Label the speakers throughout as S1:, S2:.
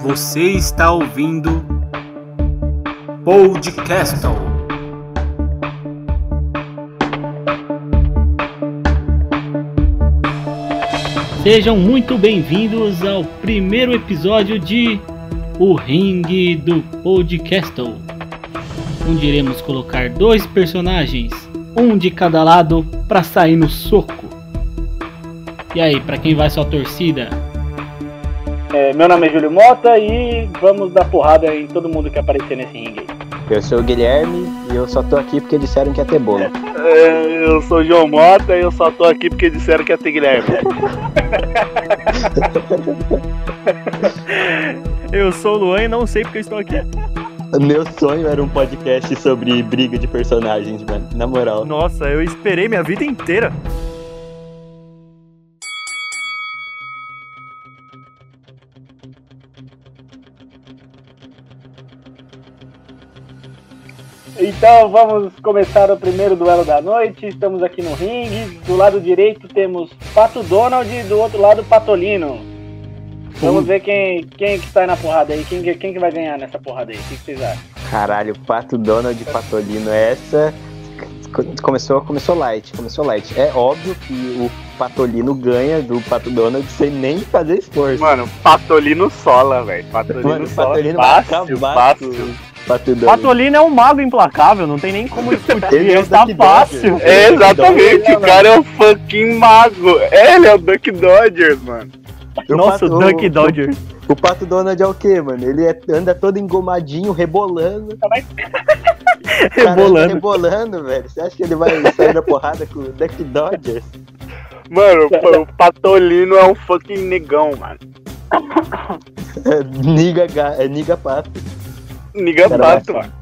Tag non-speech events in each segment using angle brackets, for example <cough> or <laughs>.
S1: Você está ouvindo Podcastle.
S2: Sejam muito bem-vindos ao primeiro episódio de O Ringue do Podcastle, onde iremos colocar dois personagens, um de cada lado, para sair no soco. E aí, para quem vai sua torcida?
S3: É, meu nome é Júlio Mota e vamos dar porrada em todo mundo que aparecer nesse ringue. aí.
S4: Eu sou o Guilherme e eu só tô aqui porque disseram que ia ter bolo.
S5: É, Eu sou o João Mota e eu só tô aqui porque disseram que ia ter Guilherme.
S6: Eu sou o Luan e não sei porque eu estou aqui.
S4: <laughs> Meu sonho era um podcast sobre briga de personagens, mano. Na moral.
S6: Nossa, eu esperei minha vida inteira.
S3: Então vamos começar o primeiro duelo da noite. Estamos aqui no ringue. Do lado direito temos Pato Donald e do outro lado Patolino.
S5: Hum.
S3: Vamos ver quem, quem que sai na porrada aí, quem, que- quem que vai ganhar nessa porrada aí, o que, que vocês acham?
S4: Caralho, Pato Donald e Patolino, essa. co- Começou, começou light, começou light. É óbvio que o Patolino ganha do Pato Donald sem nem fazer esforço.
S5: Mano, Patolino sola, velho. Patolino
S4: Mano, o
S5: sola.
S4: Patolino
S5: fácil,
S4: vai acabar com
S5: fácil.
S4: o Pato Donald.
S6: Patolino é um mago implacável, não tem
S4: <laughs>
S6: nem como discutir.
S4: Ele é o
S6: ele tá
S4: Duck
S6: fácil.
S4: Dodger.
S5: É, exatamente,
S3: Patolino,
S5: o cara é um fucking mago. Ele é o Duck Dodgers, mano.
S4: O
S6: Nossa,
S4: Pato-
S6: o Duck Dodger.
S4: O Pato Donald é o quê, mano? Ele é- anda todo engomadinho, rebolando. Cara,
S6: <laughs> Rebolando.
S4: Rebolando, velho. Você acha que ele vai sair da porrada com o Duck Dodgers?
S5: Mano, o- o Patolino é um fucking negão, mano.
S4: Niga, ga- é Niga Pato.
S5: Niga
S4: Cara,
S5: Pato,
S4: vai.
S5: mano.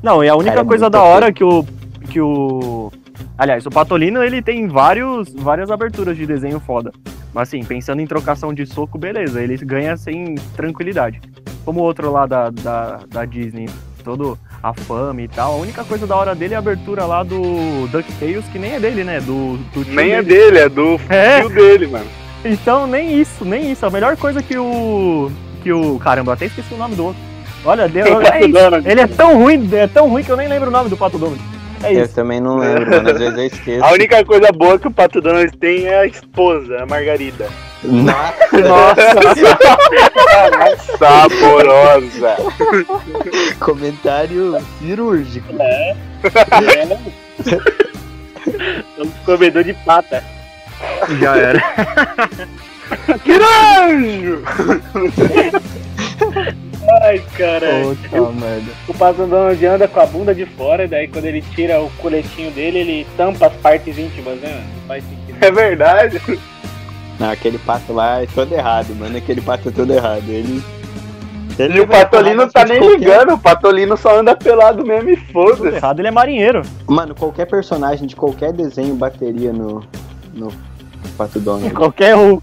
S6: Não, e a única
S4: Cara, é
S6: coisa
S4: muito
S6: da hora que o. que o. Aliás, o Patolino ele tem vários, várias aberturas de desenho foda. Mas assim, pensando em trocação de soco, beleza, ele ganha sem tranquilidade. Como o outro lá da, da, da Disney, todo a fama e tal, a única coisa da hora dele é a abertura lá do DuckTales, que nem é dele, né? Do, do tio
S5: Nem é dele, é
S3: <laughs>
S5: do
S6: É.
S5: tio dele, mano.
S6: então, nem isso, nem isso. A melhor coisa que o. que o. Caramba, eu até esqueci o nome do outro. Olha, Deus,
S5: <laughs> O Pato Donald.
S6: ele é tão ruim, é tão ruim que eu nem lembro o nome do Pato Donald. É
S4: Eu
S6: isso.
S4: também não lembro, mano. Às vezes eu esqueço.
S5: A única coisa boa que o Pato Donald tem é a esposa, a Margarida.
S4: Nossa,
S6: Nossa,
S5: <laughs> Saborosa.
S4: comentário cirúrgico.
S3: né?
S6: <laughs>
S3: É um comedor de pata.
S6: já era.
S5: Piranjo!
S3: Ai, cara.
S5: <laughs>
S4: Puta merda.
S3: O Pato Donald anda com a bunda de fora, e daí quando ele tira o coletinho dele, ele tampa as partes íntimas, né? Não faz sentido.
S5: É verdade.
S4: Não, aquele pato lá é todo errado, mano. Aquele pato é todo errado. Ele. é
S5: E o Patolino tá nem ligando, o Patolino só anda pelado mesmo e
S6: Tudo
S5: foda-se.
S6: errado, ele é marinheiro.
S4: Mano, qualquer personagem de qualquer desenho bateria no. no Pato Donald.
S6: Qualquer um.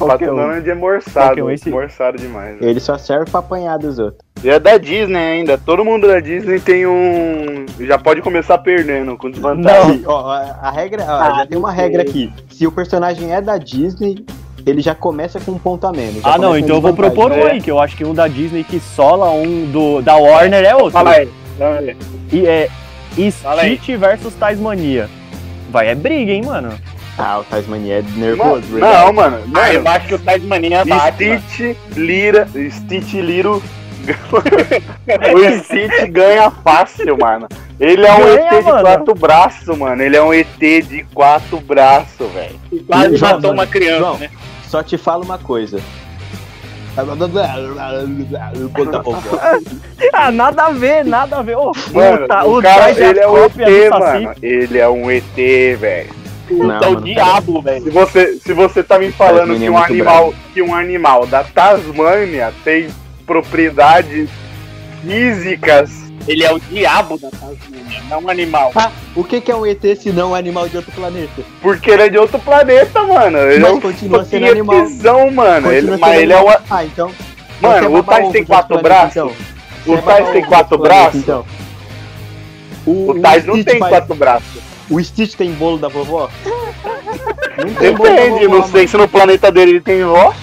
S5: O
S6: Qual que é o-
S5: Patolino é
S6: qual que é
S5: morçado,
S6: o esse?
S5: morçado demais. né?
S4: Ele só serve pra apanhar dos outros.
S5: E é da Disney ainda, todo mundo da Disney tem um... Já pode começar perdendo, com
S6: um. Tá
S5: desvantagem.
S4: Ó, ó, a regra. ó, já
S5: Ah,
S4: tem uma regra aqui. Se o personagem é da Disney, ele já começa com um ponto a menos. já
S6: Ah, não,
S4: começa em
S6: então eu vou
S4: desvantagem.
S6: propor um
S5: é.
S6: aí, que eu acho que um da Disney que sola, um do da Warner é outro.
S3: Fala aí, vamos ver.
S6: E é
S3: Fala aí.
S6: Stitch versus Tasmania. Vai, é briga, hein, mano?
S4: Ah, o Tasmania é
S5: Mano,
S4: nervoso, verdade.
S5: não, mano. mano
S3: Ah, eu acho que o Tasmania bate. mano.
S5: Stitch Lira. Stitch <laughs> Liro. o Stitch ganha fácil, mano. Ele é um
S6: Ganha,
S5: ET de
S6: mano.
S5: quatro braços, mano. Ele é um ET de quatro braços, velho.
S3: Quase
S4: João,
S3: matou uma criança,
S4: João,
S3: né?
S4: Só te falo uma
S5: <laughs>
S4: coisa.
S6: <laughs> Ah, nada a ver, nada a ver. Ô,
S5: Mano,
S3: tá,
S6: puta,
S5: o cara,
S6: Dodge é
S5: ele é um ET,
S6: cópia do Saci.
S5: mano. Ele é um ET, velho.
S4: Não,
S3: Tá o
S4: mano,
S3: diabo, velho.
S5: Se você, se você tá me falando
S4: Tasmania
S5: que
S4: é
S5: um,
S4: muito
S5: animal, que um animal da Tasmânia tem propriedades físicas,
S3: Ele é o diabo da Tasmania, não um animal.
S4: Ah, o que, que é um ET se não um animal de outro planeta?
S5: porque ele é de outro planeta, mano. Ele
S4: Mas
S5: é um
S4: continua sendo
S5: fucking
S4: animal.
S5: ETzão, mano. Ele,
S4: Continua
S5: mas
S4: sendo
S5: ele é um,
S4: animal. Ah, então.
S5: Mano,
S4: Você é
S5: o
S4: babaú de
S5: Tais tem
S4: outro
S5: quatro
S4: planeta,
S5: braços?
S4: Você
S5: O
S4: é
S5: Tais
S4: babaú
S5: tem
S4: de
S5: quatro
S4: outro planeta,
S5: braços?
S4: então. O,
S5: é O Tais não
S4: Stitch
S5: tem
S4: faz-
S5: quatro braços.
S4: O Stitch tem bolo da vovó? Não bolo da
S5: Depende,
S4: vovó,
S5: não sei se no planeta dele ele tem vó.
S4: mano.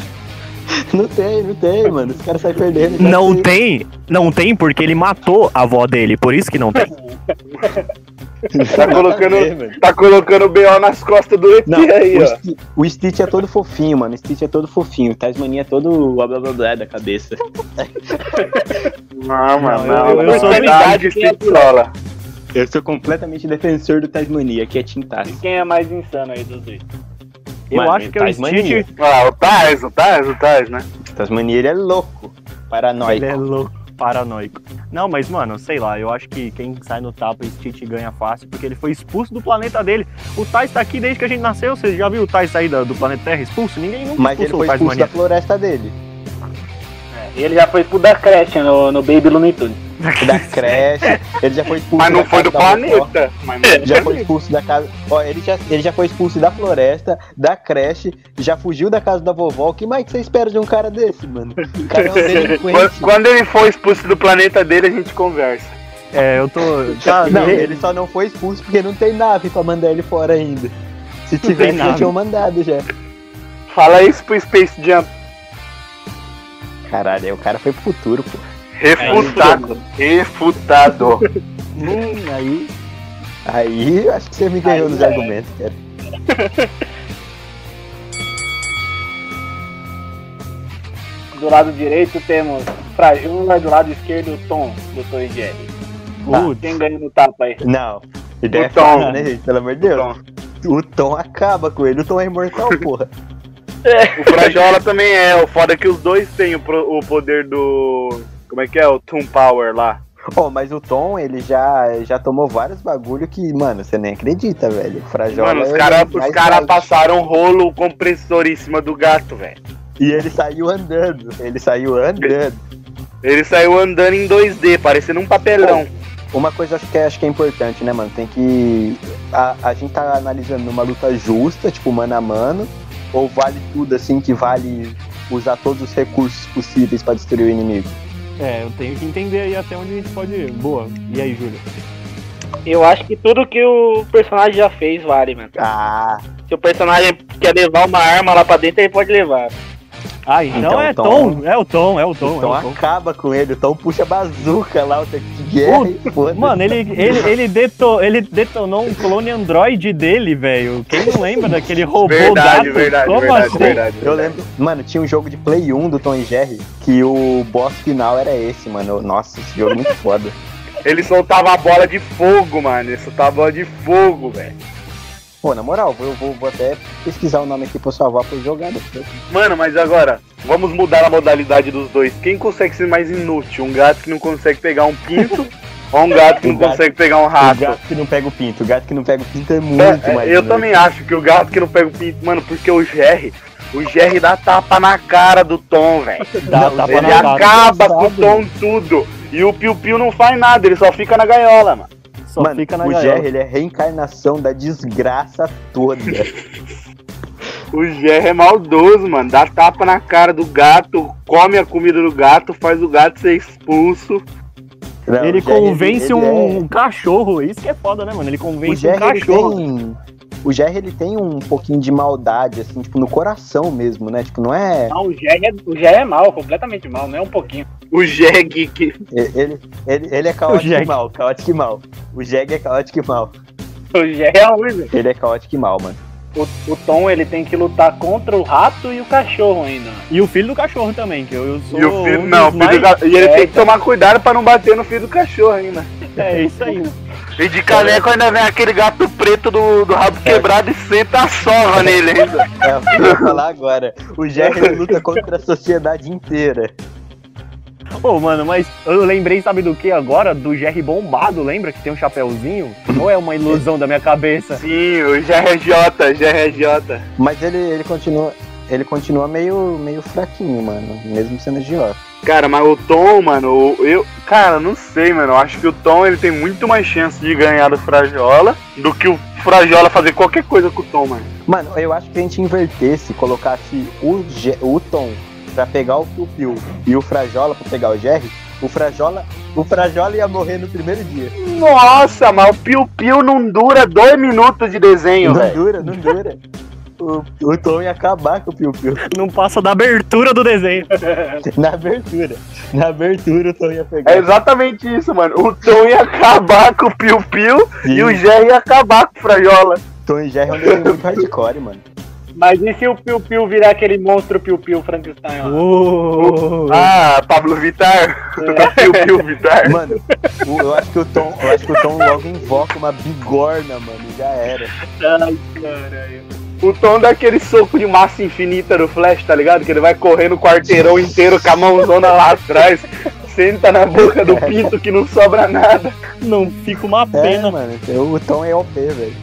S4: Não tem, não tem, mano. Os caras saem perdendo. então
S6: Não
S4: assim,
S6: tem, não tem porque ele matou a avó dele, por isso que não tem.
S5: Tá
S4: nada a
S5: <laughs> colocando-
S4: ver, mano.
S5: Tá colocando o B.O. nas costas do EP
S4: Não,
S5: aí,
S4: o,
S5: ó.
S4: Sti- o Stitch é todo fofinho, mano. O Stitch é todo fofinho. O Tasmania é todo blá blá blá blá da cabeça.
S5: Não, mano,
S6: Não, eu-
S5: não.
S6: eu sou
S5: Oportunidade
S3: obrigado,
S5: se trola.
S4: Eu sou completamente defensor do Tasmania, que é Tintas.
S3: E quem é mais insano aí dos dois?
S6: Eu
S4: Mano,
S6: acho que é o
S4: Tasmania.
S6: Stitch.
S5: Ah, o Taz, o Taz, o Taz, né?
S4: Tasmania ele é louco.
S6: Ele
S4: Paranoico.
S6: é louco. Paranoico. Não, mas, mano, sei lá, eu acho que quem sai no tapa, Stitch ganha fácil, porque ele foi expulso do planeta dele. O Thais tá aqui desde que a gente nasceu, você já viu o Thais sair da- do planeta Terra expulso? Ninguém nunca
S4: Mas ele
S6: expulsou
S4: foi
S6: o Thais
S4: expulso da
S6: Mania.
S4: floresta dele.
S3: É, ele já foi pro da creche né? no, no Baby Looney Tunes.
S6: <laughs>
S4: Da creche. Ele já foi expulso
S5: Mas não
S4: da
S5: foi
S4: casa
S5: do
S4: da vovó.
S5: planeta. né? Mas não
S4: Já foi expulso da casa. Ó, ele já, ele já foi expulso da floresta, da creche, já fugiu da casa da vovó. O que mais que você espera de um cara desse, mano? O
S5: <laughs>
S4: cara é um
S5: Quando-
S4: delinquente.
S5: Quando ele for expulso do planeta dele, a gente conversa.
S6: É, eu tô.
S4: Tá, <laughs>
S6: Tá,
S4: não,
S6: ele-
S4: ele só não foi expulso porque não tem nave pra mandar ele fora ainda. Se
S6: tem
S4: tivesse, já
S6: nave.
S4: tinham mandado já.
S5: Fala isso pro Space Jump.
S4: Caralho, aí o cara foi pro futuro, pô.
S5: Refutado. <laughs> Refutado.
S6: Hum, aí.
S4: Aí eu acho que você me ganhou
S3: Aí,
S4: nos
S3: é.
S4: argumentos, cara.
S3: Do lado direito temos Frajula, do lado esquerdo Tom, do Toy Jerry. Tá,
S6: Putz.
S3: Quem ganha no tapa aí?
S4: Não. Ideia
S5: O Tom.
S4: fácil, né, gente? Pelo amor de Deus. O Tom acaba com ele. O Tom é
S5: <laughs>
S4: imortal, porra.
S5: O Frajola também é. O foda é que os dois têm o, pro- o poder do. Como é que é? O Toon Power lá.
S4: Ó, mas o Tom, ele já, já tomou vários bagulho que, mano, você nem acredita, velho. O Frajola
S5: Mano, os
S4: é
S5: caras
S4: mais
S5: cara tá-
S4: baixo.
S5: passaram rolo compressor em cima do gato, velho.
S4: E ele saiu andando. Ele saiu andando.
S5: Ele saiu andando em 2D, parecendo um papelão.
S4: Uma coisa acho que, é- acho que é importante, né, mano? Tem que. A, a gente tá analisando uma luta justa, tipo mano a mano, ou vale tudo assim que vale usar todos os recursos possíveis pra destruir o inimigo?
S6: É, eu tenho que entender aí até onde a gente pode ir. Boa. E aí, Júlio?
S3: Eu acho que tudo que o personagem já fez vale, mano.
S4: Ah,
S3: Se o personagem quer levar uma arma lá pra dentro, ele pode levar.
S6: Ah, então,
S4: Então,
S6: é
S4: Tom.
S6: Tom. É o Tom, é o Tom,
S4: então
S6: é o Tom.
S4: acaba com ele, o Tom puxa a bazuca lá, o tanque de guerra e foda-se.
S6: Mano, ele, ele, ele, deto- ele detonou um clone android dele, velho. Quem não lembra daquele robô
S5: Verdade,
S6: gato?
S5: verdade,
S6: Como
S5: verdade,
S6: assim?
S5: verdade.
S4: Eu lembro, mano, tinha um jogo de Play 1 do Tom e Jerry que o boss final era esse, mano. Nossa, esse jogo é muito <laughs> foda.
S5: Ele soltava a bola de fogo, mano. Ele soltava a bola de fogo, velho.
S4: Pô, na moral, eu vou, vou até pesquisar o nome aqui pra sua avó pra eu jogar depois.
S5: Mano, mas agora, vamos mudar a modalidade dos dois. Quem consegue ser mais inútil? Um gato que não consegue pegar um
S4: <laughs>
S5: pinto ou um gato que
S4: Um
S5: não
S4: gato-
S5: consegue pegar
S4: O
S5: um
S6: Ah,
S5: rato?
S4: gato que não pega o pinto. O gato que não pega o pinto é muito
S5: É,
S4: mais.
S5: eu
S4: nojo.
S5: também acho que o gato que não pega o pinto, mano, porque o Jerry, o Jerry dá tapa na cara do Tom, velho.
S6: Dá
S4: Não,
S6: tapa
S5: Ele
S6: na cara. né?
S5: acaba com o
S4: Engraçado,
S5: Tom tudo. E o Piu Piu não faz nada, ele só fica na gaiola, mano.
S6: Só
S4: mano,
S6: fica na
S4: o
S6: gaiola.
S4: Jerry ele é a reencarnação da desgraça toda.
S5: O Jerry é maldoso, mano. Dá tapa na cara do gato, come a comida do gato, faz o gato ser expulso.
S4: Não,
S6: Ele
S4: o Jerry,
S6: convence
S4: ele
S6: um
S4: é-
S6: cachorro. Isso que é foda, né, mano? Ele
S4: O
S6: convence um
S4: Jerry ele
S6: cachorro.
S4: tem. O Jerry ele tem um pouquinho de maldade, assim, tipo, no coração mesmo, né? Tipo, não é.
S3: Não, o Jerry é, o Jerry é mal, completamente mal, não é um pouquinho. <laughs>
S5: O é Jeg que.
S4: Ele, ele, ele é caótico e
S6: Jerry.
S4: mal, caótico e mal. O Jeg é caótico e mal.
S3: O Jerry é ruim, velho.
S4: Ele é caótico e mal, mano.
S3: O, o Tom, ele tem que lutar contra o rato e o cachorro ainda.
S6: E o filho do cachorro também, que eu, eu sou.
S5: E o filho.
S6: um
S5: Não, o
S6: dos
S5: filho
S6: mais-
S5: do gato. E ele
S3: É,
S5: tem que tomar cuidado pra não bater no filho do cachorro ainda.
S6: É isso aí.
S5: E de caneco ainda vem aquele gato preto do, do rabo quebrado e senta a sova nele ainda.
S4: É o que eu ia falar agora. O Jerry ele luta contra a sociedade inteira.
S6: Ô, mano, mas eu lembrei, sabe do que agora? Do Jerry bombado, lembra? Que tem um chapéuzinho? Ou é uma ilusão da minha cabeça?
S5: <laughs> Sim, o é GRJ, GRJ.
S4: Mas ele, ele continua. Ele continua meio, meio fraquinho, mano. Mesmo sendo idiota.
S5: Cara, mas o Tom, mano, o- eu. Cara, não sei, mano. Eu acho que o Tom ele tem muito mais chance de ganhar do Frajola do que o Frajola fazer qualquer coisa com o Tom, mano.
S4: Mano, eu acho que a gente invertesse, colocasse o, Je- o Tom pra pegar o Piu Piu e o Frajola pra pegar o Jerry, o Frajola. O Frajola ia morrer no primeiro dia.
S5: Nossa, mas o Piu Piu não dura dois minutos de desenho,
S4: Não
S5: velho.
S4: dura, não dura. O O, o Tom ia acabar com o Piu Piu.
S6: Não passa da abertura do <laughs> desenho.
S4: <laughs> Na abertura. Na abertura o Tom ia pegar.
S5: É exatamente isso, mano. O Tom ia acabar com o Piu Piu e o
S4: Sim.
S5: Jerry ia acabar com o Frajola.
S4: Tom e Jerry é um desenho muito hardcore, mano.
S3: Mas e se o Piu Piu virar aquele monstro Piu Piu Frankenstein lá?
S6: Uou.
S5: Ah, Pablo Vittar.
S4: É.
S5: <laughs> Piu Piu Vittar.
S4: Mano, o- eu acho que o Tom, eu acho que o Tom logo invoca uma bigorna, mano, e já era.
S3: Ai, caralho.
S5: O Tom dá aquele soco de massa infinita do Flash, tá ligado? Que ele vai correndo o quarteirão inteiro com a mãozona lá atrás. Senta na boca do pinto que não sobra nada.
S6: Não fica uma
S4: É,
S6: pena.
S4: mano, eu- o Tom é OP, velho.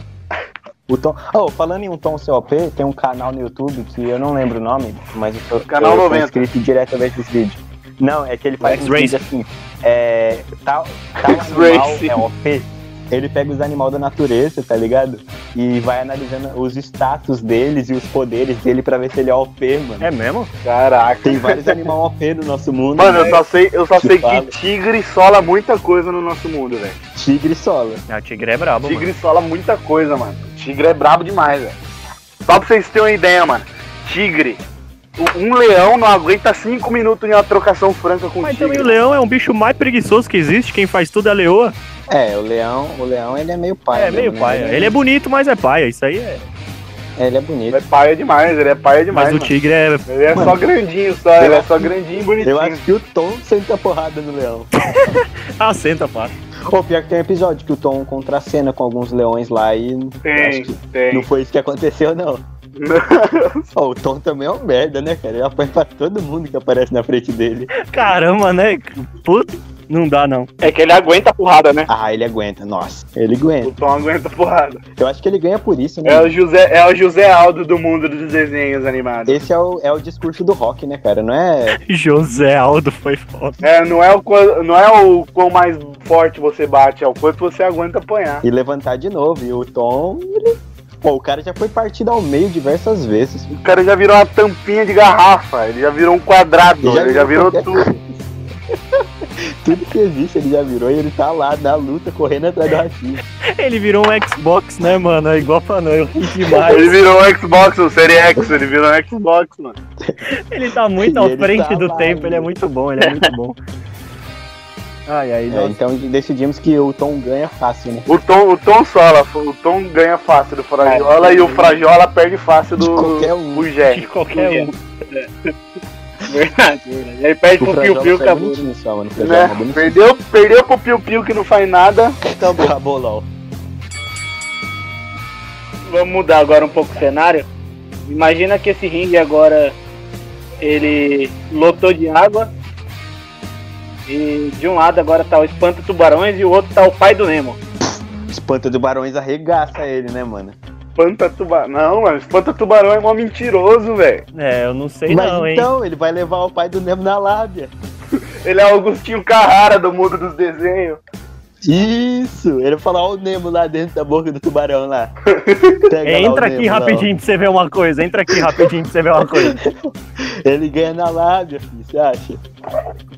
S4: O Tom. Oh, falando em um Tom ser OP, tem um canal no YouTube que eu não lembro o nome, mas eu,
S5: Canal
S4: eu
S5: 90.
S4: sou inscrito diretamente nesse vídeo. Não, é que ele faz um
S6: X-Race.
S4: vídeo assim. É. Tal, tal animal
S5: X-Race.
S4: é OP. Ele pega os animais da natureza, tá ligado? E vai analisando os status deles e os poderes dele pra ver se ele é OP, mano.
S6: É mesmo?
S5: Caraca.
S4: Tem vários animais OP no nosso mundo.
S5: Mano, eu
S4: né?
S5: só sei, eu só
S4: Que
S5: sei que
S4: fala.
S5: tigre sola muita coisa no nosso mundo, velho.
S4: Tigre sola.
S6: Ah, tigre é brabo, mano.
S5: Tigre sola muita coisa, mano. Tigre é brabo demais, velho. Só pra vocês terem uma ideia, mano. Tigre. o- Um leão não aguenta cinco minutos em uma trocação franca com
S6: Mas também o
S5: tigre.
S6: leão é um bicho mais preguiçoso que existe. Quem faz tudo é a leoa.
S4: É, o leão, o leão ele é meio paia.
S6: é meio
S4: mesmo, né?
S6: paia. Ele é bonito, mas é paia. Isso aí é.
S4: Ele é bonito.
S5: Ele é paia demais, ele é paia demais.
S6: Mas o
S5: mano.
S6: tigre é.
S5: Ele é
S4: Mano,
S5: só grandinho, só.
S4: eu
S5: Ele é
S4: acho
S5: só
S4: que-
S5: grandinho e
S4: Eu
S5: bonitinho.
S4: acho que o Tom senta a porrada no leão.
S6: Assenta, pá.
S4: Pô, pior que tem um episódio que o Tom contracena com alguns leões lá e eu acho
S5: Tem,
S4: que
S5: tem.
S4: não foi isso que aconteceu, não. Ó, o Tom também é um merda, né, cara? Ele apanha pra todo mundo que aparece na frente dele.
S6: Caramba, né? Puta. Não dá, não. <laughs>
S5: É que ele aguenta a porrada, né?
S4: Ah, ele aguenta, nossa. Ele aguenta.
S5: O Tom aguenta a porrada.
S4: Eu acho que ele ganha por isso, né?
S5: É o José, é o José Aldo do mundo dos desenhos animados.
S4: Esse é o, é o discurso do rock, né, cara? Não é.
S6: José Aldo foi foda.
S5: É, não é o qua- não é o quão mais forte você bate, é o quanto você aguenta apanhar.
S4: E levantar de novo. E o Tom, ele. Pô, o cara já foi partido ao meio diversas vezes.
S5: O cara já virou uma tampinha de garrafa, ele já virou um quadrado,
S4: Ele já
S5: ele já virou
S4: virou
S5: tudo.
S4: Tudo que existe ele já virou e ele tá lá na luta, correndo atrás do ratinho.
S6: Ele virou um Xbox, né, mano? É igual pra nós. Eu ri
S4: <laughs>
S5: Ele
S6: demais.
S5: virou um Xbox, o Série X, ele virou um Xbox, mano.
S6: Ele tá muito
S4: E
S6: à
S4: ele
S6: frente
S4: tá
S6: do
S4: lá,
S6: tempo. Ele é
S4: mano.
S6: muito bom, ele é muito bom. Ai, ai,
S4: É,
S6: nossa.
S4: então decidimos que o Tom ganha fácil, né?
S5: O Tom, o Tom sola, o Tom ganha fácil do Frajola e o Frajola perde fácil
S4: De
S5: do
S4: qualquer um.
S5: o Jerry.
S6: De qualquer um.
S3: <laughs>
S5: Verdade, verdade. Ele perde pro Piu
S4: Frajola
S5: Piu,
S4: sai
S6: né?
S5: acabou.
S4: bonitinho só, é mano. O é Frajola
S5: Né?
S4: sai bonitinho.
S5: Perdeu, perdeu pro Piu Piu que não faz nada.
S4: Acabou. Acabou, LOL.
S3: Vamos mudar agora um pouco o cenário. Imagina que esse ringue agora ele lotou de água. E de um lado agora tá o Espanta Tubarões e o outro tá o pai do Nemo.
S4: Espanta do Barões arregaça ele, né, mano?
S5: Espanta tubarão. Não, mano, espanta tubarão é mó mentiroso, velho.
S6: É, eu não sei
S4: Mas
S6: não, hein?
S4: então, ele vai levar o pai do Nemo na lábia.
S5: Ele é Augustinho Carrara do mundo dos desenhos.
S4: Isso! Ele vai falar, ó o Nemo lá dentro da boca do tubarão
S5: <laughs>
S4: lá. Pega lá o
S6: É, Entra aqui
S4: Nemo, lá, ó.
S6: rapidinho pra você ver uma coisa. Entra aqui rapidinho pra você ver uma coisa.
S4: Ele ganha na lábia, filho, você acha?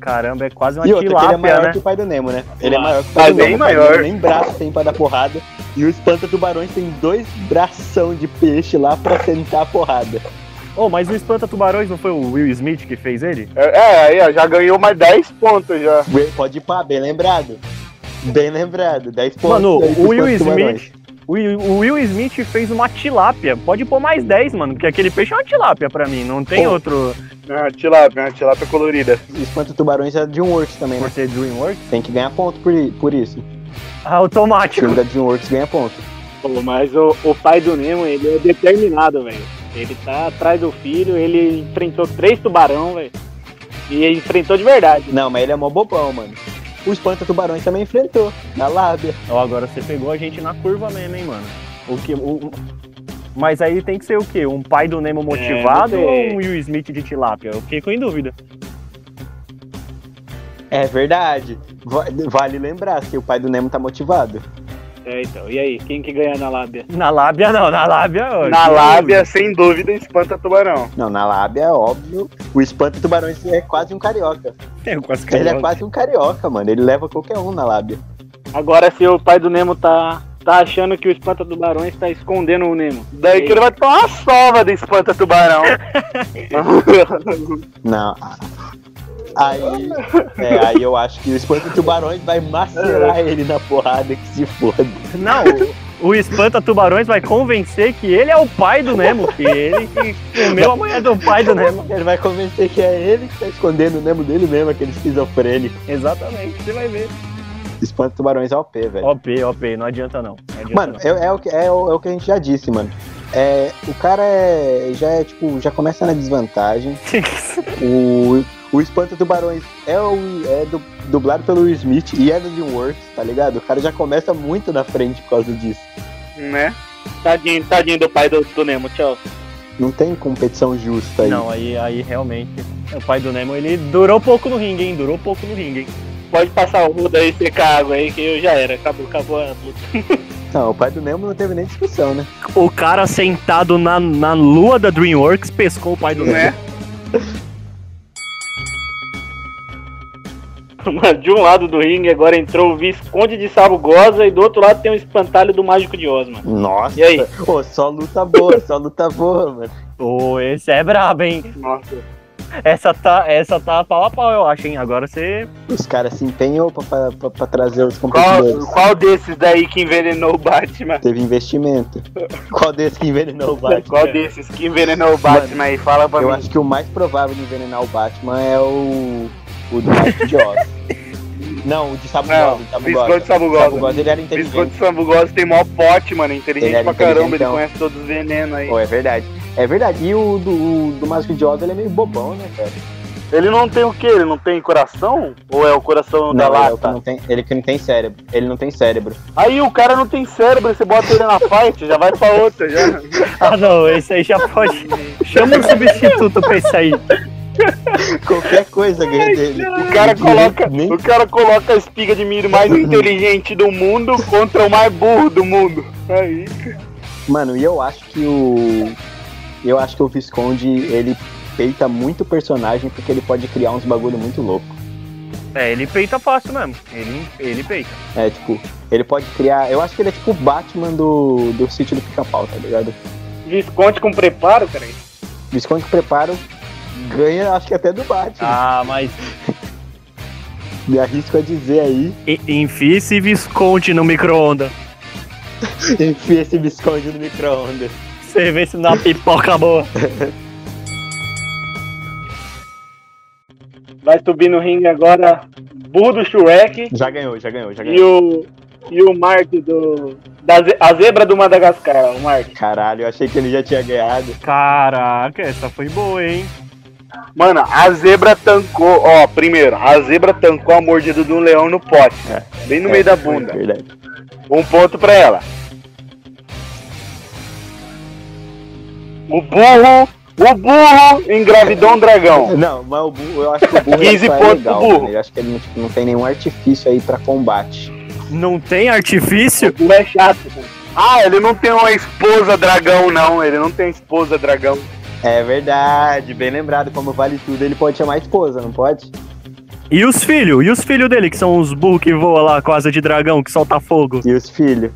S6: Caramba, é quase uma
S4: E outra, que ele é
S6: tilápia,
S4: maior
S6: né?
S4: que o pai do Nemo, né? Ele é
S3: Ah,
S4: maior que o
S5: tá
S4: pai do
S5: bem
S4: Nemo. o pai do
S5: maior.
S4: Nemo Nem braço tem pra dar porrada. E o Espanta Tubarões tem dois bração de peixe lá pra sentar a porrada.
S6: Oh, mas o Espanta Tubarões não foi o Will Smith que fez ele?
S5: É, é, aí, ó, já ganhou mais 10 pontos já.
S4: Bem- Pode ir pá, bem lembrado. Bem lembrado, 10 pontos.
S6: Mano,
S4: aí
S6: o
S4: pro
S6: Will
S4: Espanta Tubarões.
S6: Smith. O Will, o Will Smith fez uma tilápia. Pode pôr mais 10, mano, porque aquele peixe é uma tilápia pra mim. Não tem
S4: Pô.
S6: outro
S5: Ah, tilápia, né? Tilápia colorida.
S4: O Espanta Tubarões é de um Works também, né?
S6: por ser Dreamworks.
S4: Tem que ganhar ponto por, por isso. O
S6: Automático.
S4: filme da DreamWorks ganha ponto.
S3: Pô, mas o, o pai do Nemo, ele é determinado, velho. Ele tá atrás do filho, ele enfrentou três tubarão, velho. E ele enfrentou de verdade.
S4: Não, mas ele é mó bobão, mano. O Espanta Tubarões também enfrentou, na lábia.
S6: Ó, agora você pegou a gente na curva mesmo, hein, mano. O que, o- Mas aí tem que ser o quê? Um pai do Nemo motivado
S3: não sei.
S6: ou um Will Smith de tilápia? Eu fiquei em dúvida.
S4: É verdade. Va- Vale lembrar que o pai do Nemo tá motivado.
S3: É, então. E aí, quem que ganha na lábia?
S6: Na lábia não, na lábia... ó,
S5: Na
S6: que-
S5: lábia, sem dúvida, espanta tubarão.
S4: Não, na lábia é óbvio. O Espanta Tubarões é quase um carioca.
S6: Eu quase
S4: é
S6: caí.
S4: Ele é quase um carioca, mano. Ele leva qualquer um na lábia.
S3: Agora, se o pai do Nemo tá tá achando que o Espanta Tubarões tá escondendo o Nemo.
S5: Daí que ele vai tomar uma sova de espanta
S3: <laughs>
S5: tubarão.
S4: Não. a- Aí, é, aí eu acho que o Espanto Tubarões vai macerar ele na porrada que se foda.
S6: Não, o Espanta Tubarões vai convencer que ele é o pai do Nemo, que ele que comeu a mulher do pai do
S4: <laughs>
S6: Nemo.
S4: Ele vai convencer que é ele que tá escondendo o Nemo dele mesmo, aquele esquizofrênico.
S6: Exatamente, você vai ver.
S4: Espanto Tubarões é OP, velho.
S6: OP, OP, não adianta não. não adianta
S4: Mano,
S6: não.
S4: é, é o que, é, o, é o que a gente já disse, mano. É, o cara é, já é, tipo, já começa na desvantagem. O, o Espanta Tubarões é, o, é du- dublado pelo Will Smith e é do DreamWorks, tá ligado? O cara já começa muito na frente por causa disso.
S5: né?
S3: Tadinho, tadinho do pai do, do Nemo, tchau.
S4: Não tem competição justa aí.
S6: Não, aí, aí realmente. O pai do Nemo, ele durou pouco no ringue, hein? Durou pouco no ringue, hein?
S3: Pode passar o rodo aí, secar a água aí, que eu já era. Acabou, acabou a luta.
S4: Não, o pai do Nemo não teve nem discussão, né?
S6: O cara sentado na, na lua da Dreamworks pescou o pai do
S5: Né?
S6: Nemo.
S3: Mas de um lado do ringue agora entrou o Visconde de Sabugosa e do outro lado tem o Espantalho do Mágico de Oz, mano.
S4: Nossa!
S3: E aí?
S4: Pô, só luta boa, só luta boa, mano.
S6: Ô, esse é brabo, hein?
S5: Nossa.
S6: Essa tá, essa tá pau a pau, eu acho, hein? Agora você.
S4: Os caras se empenhou pra, pra- pra- pra trazer os
S5: Qual,
S4: competidores.
S5: qual desses daí que envenenou o Batman?
S4: Teve investimento. Qual desses que envenenou o Batman?
S5: Qual desses que envenenou o Batman aí? Fala pra
S4: Eu
S5: mim.
S4: acho que o mais provável de envenenar o Batman é o. O do Mágico de Oz. Não, o de
S5: Não,
S4: Sabugosa. o
S5: Biscoito de Sabugosa.
S4: Sabugosa ele era
S5: Biscoito de
S4: inteligente.
S5: Sabugosa tem maior pote, mano. Inteligente
S4: Ele era
S5: pra caramba, ele
S4: inteligentão.
S5: conhece todos os venenos aí.
S4: Pô, é verdade. É verdade. E o do, o do Mágico de Oz ele é meio bobão, né, cara?
S5: Ele não tem o quê? Ele não tem coração? Ou é o coração da
S4: ele, é o que
S5: lata?
S4: não tem, ele que não tem cérebro. Ele não tem cérebro.
S5: <laughs> Aí o cara não tem cérebro, você bota ele na <laughs> fight, já vai pra outra, já.
S6: Ah, não, esse aí já pode. Chama um substituto pra esse aí.
S4: Qualquer coisa ganha dele.
S5: O cara coloca,
S4: Nem,
S5: o cara coloca a espiga de milho mais inteligente do mundo contra o mais burro do mundo. Aí,
S4: Mano, e eu acho que o. Eu acho que o Visconde, ele peita muito personagem porque ele pode criar uns bagulho muito louco.
S6: É, ele peita fácil mesmo. Ele, ele peita.
S4: É, tipo, ele pode criar. Eu acho que ele é tipo o Batman do, do sítio do pica-pau, tá ligado?
S3: Visconde com preparo, cara.
S4: Visconde que preparo ganha, acho que até do Batman.
S6: Ah, mas.
S5: Ah.
S4: Me arrisco a dizer aí, <laughs>
S6: Enfie esse Visconde no micro-ondas.
S4: enfia esse Visconde no micro-ondas.
S6: Você vê se na pipoca boa.
S3: Vai subir no ringue agora Burro do Shrek
S4: Já ganhou, já ganhou, já
S3: e
S4: ganhou.
S3: o, e o Mark do... Da ze- a zebra do Madagascar, o Mark.
S4: Caralho, eu achei que ele já tinha ganhado.
S6: Caraca, essa foi boa, hein?
S5: mano, a zebra tancou, ó, primeiro, a zebra tancou a mordida de um leão no pote, bem no
S4: É,
S5: meio da
S4: foi,
S5: bunda.
S4: Verdade.
S5: Um ponto pra ela. O burro, o burro engravidou um dragão.
S4: Não, mas o burro, eu acho que o
S5: <laughs>
S4: burro
S5: 15
S4: só é
S5: pontos
S4: legal,
S5: pro burro.
S4: mano. Eu acho que ele não, tipo, não tem nenhum artifício aí pra combate.
S6: Não tem artifício?
S5: Não é chato. Ah, ele não tem uma esposa dragão, não. Ele não tem esposa dragão.
S4: É verdade, bem lembrado, como vale tudo, ele pode chamar a esposa, não pode?
S6: E os filhos? E os filhos dele, que são os burros que voam lá com asa de dragão, que solta fogo?
S4: E os filhos?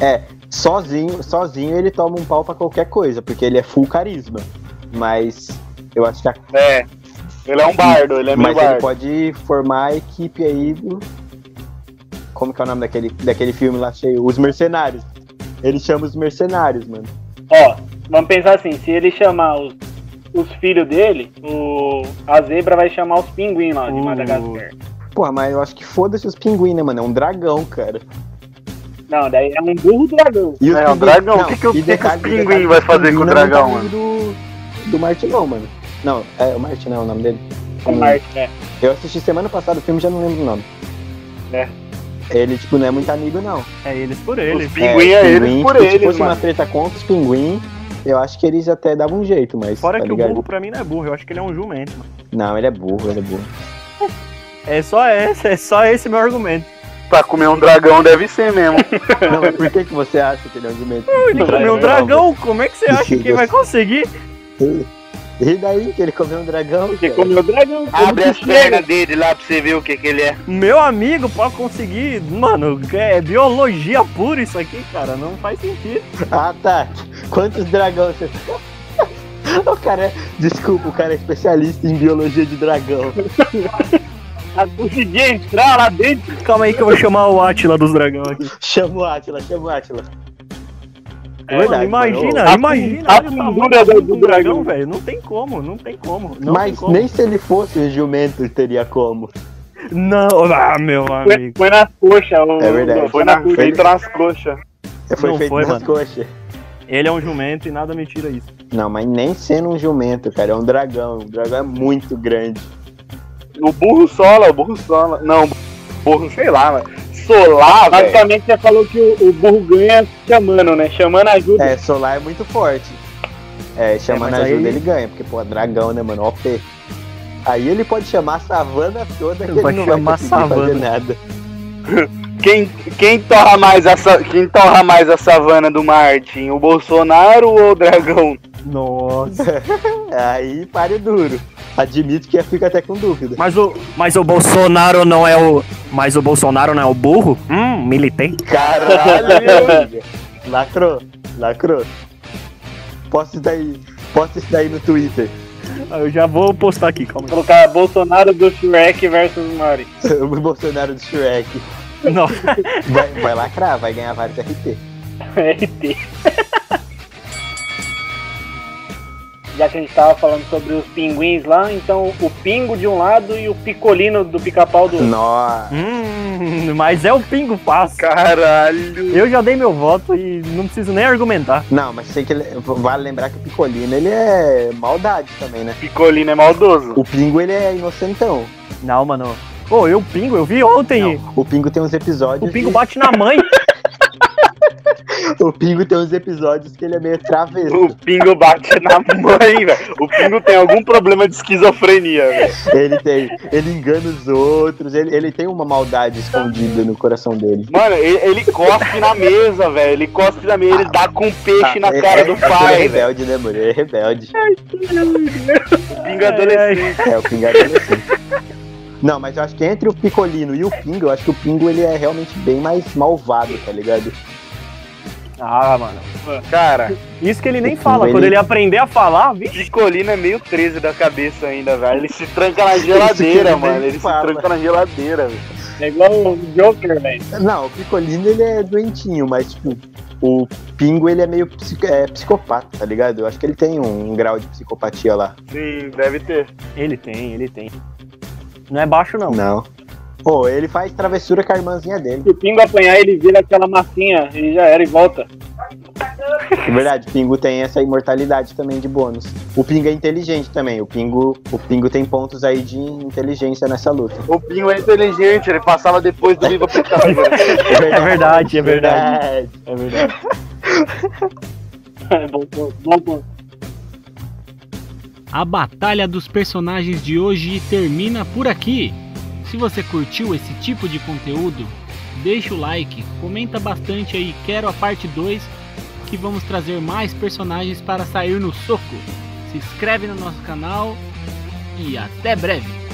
S4: É, sozinho, sozinho ele toma um pau pra qualquer coisa, porque ele é full carisma. Mas eu acho que a,
S5: É. Ele é um bardo, ele é meio
S4: mas ele
S5: bardo.
S4: pode formar a equipe aí do Como que é o nome daquele, daquele filme lá cheio? Os Mercenários. Ele chama os Mercenários, mano.
S3: Ó, vamos pensar assim, se ele chamar os, os filhos dele, o, a zebra vai chamar os pinguins lá de
S6: Uh.
S3: Madagascar.
S4: Porra, mas eu acho que foda-se os pinguins, né, mano? É um dragão, cara.
S3: Não, daí é um burro dragão.
S4: E os
S5: É, um
S4: pinguins-
S5: dragão. O que que o-
S4: e
S5: que que os
S4: detalhe-
S5: pinguim
S4: detalhe,
S5: vai fazer com o
S4: pinguim não é
S5: dragão,
S4: muito amigo Do, do Martinão, mano. Não, é o Martinão é o nome dele.
S3: O Mark, né?
S4: Eu assisti semana passada o filme já não lembro o nome.
S3: É.
S4: Ele, tipo, não é muito amigo, não.
S6: É eles por eles.
S5: Os pinguim é, eles por
S4: tipo, se
S5: eles,
S4: fosse uma
S5: mano.
S4: treta contra os pinguim, eu acho que eles até davam um jeito, mas.
S6: Fora
S4: tá
S6: que o
S4: ligado?
S6: burro pra mim não é burro, eu acho que ele é um jumento. mano.
S4: Não, ele é burro, ele é
S5: <laughs>
S4: burro.
S6: É só esse, é só esse meu argumento.
S5: Pra comer um dragão deve
S4: <laughs>
S5: ser mesmo.
S4: não, mas por que, que você
S6: Tipo,
S4: acha que ele é um jumento?
S6: Ele comeu um dragão, como é que você acha que vai conseguir?
S4: E daí que ele comeu um dragão?
S3: Porque
S4: cara?
S3: comeu o dragão.
S5: Abre
S3: ele
S5: as
S3: chega.
S5: pernas dele lá pra você ver o que, que ele é.
S6: Meu amigo, pra conseguir. Mano, é biologia pura isso aqui, cara. Não faz sentido.
S4: Ah, tá. Quantos dragões você... <laughs> O cara é... Desculpa, o cara é especialista em biologia de dragão.
S3: Ah, Consegui entrar lá dentro.
S6: Calma aí que eu vou chamar o Atila dos dragão aqui.
S4: Chama o Atila, chama o Atila. É
S6: Mano, imagina,
S5: A-
S6: imagina.
S5: a
S6: olha o tamanho
S5: fundura do-
S6: do,
S5: do
S6: dragão,
S5: dragão.
S6: velho. Não tem como, não tem como. Não tem
S4: Mas
S6: como.
S4: nem se ele fosse o jumento teria como.
S6: Não, ah, meu
S3: Foi,
S6: amigo.
S3: foi né? nas coxas. o-
S4: É verdade.
S5: Foi
S3: Foi
S5: na
S3: nas coxas.
S5: feita nas coxas.
S4: Foi
S6: Não
S4: feito
S6: foi,
S4: nas
S6: mano.
S4: coxas.
S6: Ele é um jumento e nada me tira isso.
S4: Não, mas nem sendo um jumento, cara, é um dragão. O dragão é muito grande.
S5: O burro sola, o burro sola. Não, burro, sei lá, mano. Solar, velho.
S3: Basicamente você falou que o, o burro ganha chamando, né? Chamando ajuda.
S4: É, Solar é muito forte. É, chamando
S6: mas aí-
S4: ajuda ele ganha, porque, pô, dragão, né, mano? OP. Aí ele pode chamar a savana toda que
S6: Vai
S4: ele não vai
S6: chamar a
S4: conseguir
S6: savana.
S4: fazer nada.
S5: Quem, quem, torra mais a, sa- quem torra mais a savana do Martin? O Bolsonaro ou o dragão?
S6: Nossa.
S4: Aí pare duro. Admito que fica até com dúvida.
S6: Mas o, mas o Bolsonaro não é o. Mas o Bolsonaro não é o burro? Hum, militei.
S4: Caralho! <laughs> lacrou, lacrou. Posta isso daí, posta isso daí no Twitter. <laughs>
S6: Ah, Eu já vou postar aqui, calma
S3: Colocar Bolsonaro do Shrek versus Mario.
S4: O Bolsonaro do Shrek.
S6: aí. Não.
S4: Vai, vai lacrar, vai ganhar vários RT.
S3: RT. <laughs> Já que a gente tava falando sobre os pinguins lá, então o pingo de um lado e o picolino do pica-pau do outro.
S4: Nossa.
S6: Hum, mas é o pingo fácil.
S5: Caralho.
S6: Eu já dei meu voto e não preciso nem argumentar.
S4: Não, mas tem que le- vale lembrar que o Picolino ele é maldade também, né?
S5: Picolino é maldoso.
S4: O Pingo ele é inocentão.
S6: Não, mano. Pô, eu pingo, eu vi ontem.
S4: O Pingo tem uns episódios.
S6: O pingo
S4: de-
S6: bate na <laughs> mãe.
S4: o Pingo tem uns episódios que ele é meio travesso.
S5: O Pingo bate na mãe, velho. O Pingo tem algum problema de esquizofrenia, velho.
S4: ele tem. Ele engana os outros. Ele, ele tem uma maldade escondida no coração dele.
S5: Mano, ele, ele cospe na mesa, velho. Ele cospe na mesa, ele dá com peixe na
S4: Ah, é-
S5: cara
S4: é-
S5: do
S4: é que ele É
S5: pai, velho.
S4: rebelde, né, mano? Ele é rebelde.
S5: O Pingo é adolescente.
S4: É, o Pingo é adolescente. Não, mas eu acho que entre o Picolino e o Pingo, eu acho que o Pingo ele é realmente bem mais malvado, tá ligado?
S6: Ah, mano.
S5: Cara,
S6: Isso que ele nem
S4: O
S6: fala.
S4: pingo,
S6: Quando
S4: ele-
S6: ele aprender a falar, vixe.
S5: Picolino é meio 13 da cabeça ainda, velho. Ele se tranca na
S4: Isso que
S5: geladeira,
S4: ele
S5: mano.
S4: nem
S5: Ele se
S4: fala.
S5: tranca na geladeira, velho.
S3: É igual o Joker, velho.
S4: Não, o Picolino ele é doentinho, mas tipo, o Pingo ele é meio psico- é, psicopata, tá ligado? Eu acho que ele tem um, grau de psicopatia lá.
S5: Sim, deve ter.
S6: Ele tem, ele tem. Não é baixo, não.
S4: Não. Pô, ele faz travessura com a irmãzinha dele.
S3: Se o pingo apanhar, ele vira aquela massinha e já era e volta.
S4: É verdade, o Pingo tem essa imortalidade também de bônus. O Pingo é inteligente também. O Pingo, o Pingo tem pontos aí de inteligência nessa luta.
S5: O Pingo é inteligente, ele passava depois do Viva Picadura.
S6: É verdade, é verdade.
S4: É verdade.
S3: <laughs> bom, bom, bom, bom.
S2: A batalha dos personagens de hoje termina por aqui. Se você curtiu esse tipo de conteúdo, deixa o like, comenta bastante aí, quero a parte 2, que vamos trazer mais personagens para sair no soco. Se inscreve no nosso canal e até breve.